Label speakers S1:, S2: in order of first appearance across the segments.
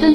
S1: 纷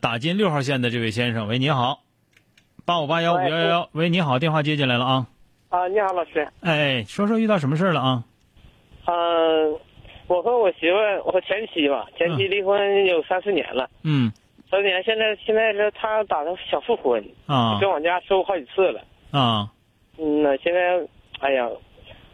S2: 打进六号线的这位先生，喂，你好，八五八幺五幺幺幺，喂，你好，电话接进来了啊，
S3: 啊，你好，老师。
S2: 哎，说说遇到什么事儿了啊？
S3: 嗯、我和我媳妇儿，我和前妻吧，前妻离婚有三四年了，
S2: 嗯
S3: 三四年现在现在是她打算想复婚，
S2: 啊
S3: 跟我家说过好几次了。
S2: 啊
S3: 嗯呐，现在，哎呀，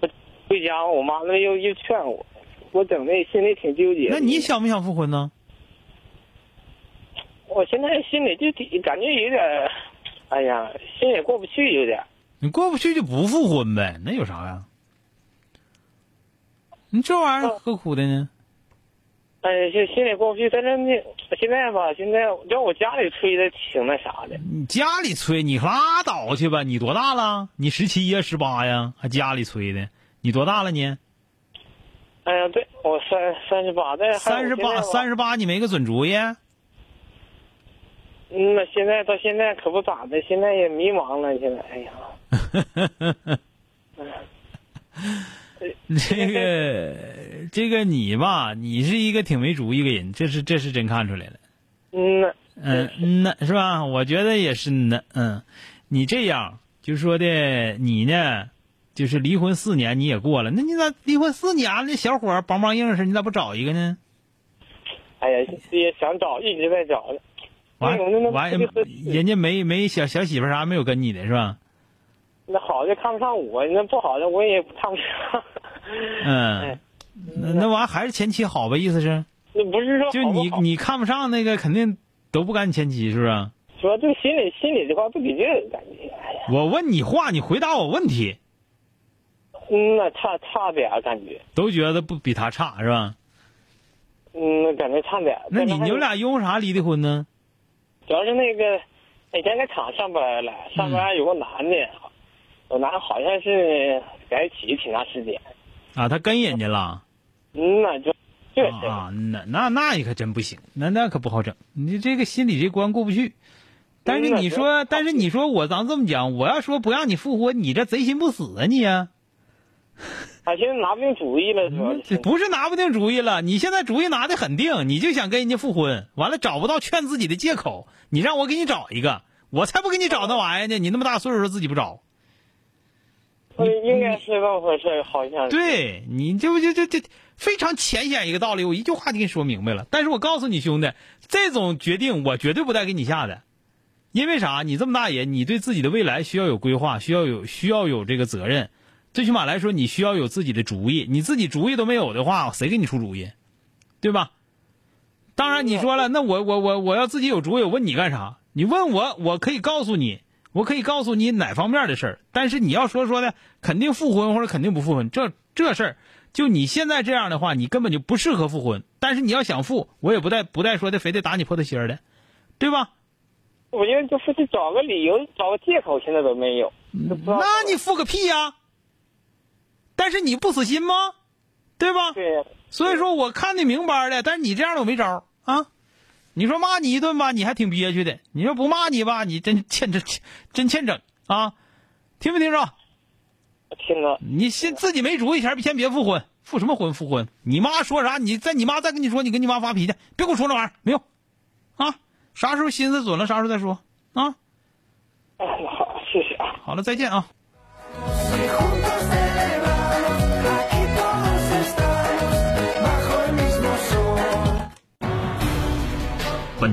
S3: 我回家我妈那又又劝我，我整的心里挺纠结。
S2: 那你，想不想复婚呢？
S3: 我现在心里就挺感觉有点儿，哎呀，心也过不去，有点儿。
S2: 你过不去就不复婚呗，那有啥呀？你这玩意儿何苦的呢？
S3: 哎呀，心心里过不去，但是那现在吧，现在让我家里催的挺那啥的。
S2: 你家里催你拉倒去吧，你多大了？你十七呀，十八呀，还家里催的？你多大了你？
S3: 哎呀，对我三三十八，但是还
S2: 三十八，三
S3: 十，
S2: 十八，你没个准主意？啊
S3: 嗯呐，现在到现在可不咋的，现在也迷茫了，现在，哎呀，嗯
S2: 这个这个你吧，你是一个挺没主意的人，这是这是真看出来了。
S3: 嗯呐，
S2: 嗯嗯呐，是吧？我觉得也是嗯呐。嗯，你这样就说的你呢，就是离婚四年你也过了，那你咋离婚四年那小伙儿梆梆硬似的，你咋不找一个呢？
S3: 哎呀，也想找，一直在找呢。
S2: 完
S3: 哎呦那那
S2: 完
S3: 那就，是
S2: 人家没没小小媳妇儿啥没有跟你的是吧？
S3: 那好的看不上我，那不好的我也看不上。
S2: 嗯
S3: 哎，
S2: 那那完还是前妻好呗，意思是
S3: 那不是说
S2: 就
S3: 好不
S2: 你
S3: 好
S2: 你看不上那个肯定都不干你前妻是不是？
S3: 主要就心里心里这块不给劲儿，感觉，哎呀，
S2: 我问你话，你回答我问题，
S3: 嗯呐，差差点儿感觉，
S2: 都觉得不比他差是吧？
S3: 嗯呐，感觉差点儿。
S2: 那你
S3: 但是还
S2: 你们俩因为啥离的婚呢？
S3: 主要是那个以前在厂上班了，上
S2: 嗯
S3: 班有个男的，有男的好像是在一起挺长时间，
S2: 啊，他跟人家了。
S3: 嗯呐，就这事儿
S2: 啊，那那那也可真不行，那那可不好整。你这个心里这关过不去。但是你说，但是你说我咱这么讲，我要说不让你复婚，你这贼心不死啊你呀、
S3: 啊，现在拿不定主意了，主要
S2: 这
S3: 是
S2: 不是拿不定主意了，你现在主意拿的很定，你就想跟人家复婚，完了找不到劝自己的借口，你让我给你找一个，我才不给你找那玩意儿呢！你那么大岁数了自己不找，
S3: 呃应该是这么回事儿，好像是
S2: 对你这不就这这非常浅显一个道理，我一句话就给你说明白了。但是我告诉你兄弟，这种决定我绝对不带给你下的，因为啥？你这么大人，你对自己的未来需要有规划，需要有需要有这个责任。最起码来说，你需要有自己的主意。你自己主意都没有的话，谁给你出主意？对吧？当然你说了，那我我我我要自己有主意，我问你干啥？你问我，我可以告诉你，我可以告诉你哪方面的事儿。但是你要说说的，肯定复婚或者肯定不复婚，这这事儿，就你现在这样的话，你根本就不适合复婚。但是你要想复，我也不带不带说的，非得打你破头心儿的，对吧？
S3: 我觉得就是找个理由，找个借口，现在都没有。都不知道
S2: 嗯那你复个屁呀、但是你不死心吗？对吧？
S3: 对，
S2: 所以说我看得明白的，但是你这样的我没招儿啊。你说骂你一顿吧，你还挺憋屈的；你说不骂你吧，你真欠真真欠整啊！听没听着？
S3: 听着，
S2: 你先自己没主意前，先别复婚，复什么婚？复婚？你妈说啥？你在你妈再跟你说，你跟你妈发脾气，别跟我说那玩意儿，没用啊！啥时候心思准了，啥时候再说啊！
S3: 哎呀，好，谢谢啊。
S2: 好了，再见啊！
S4: 本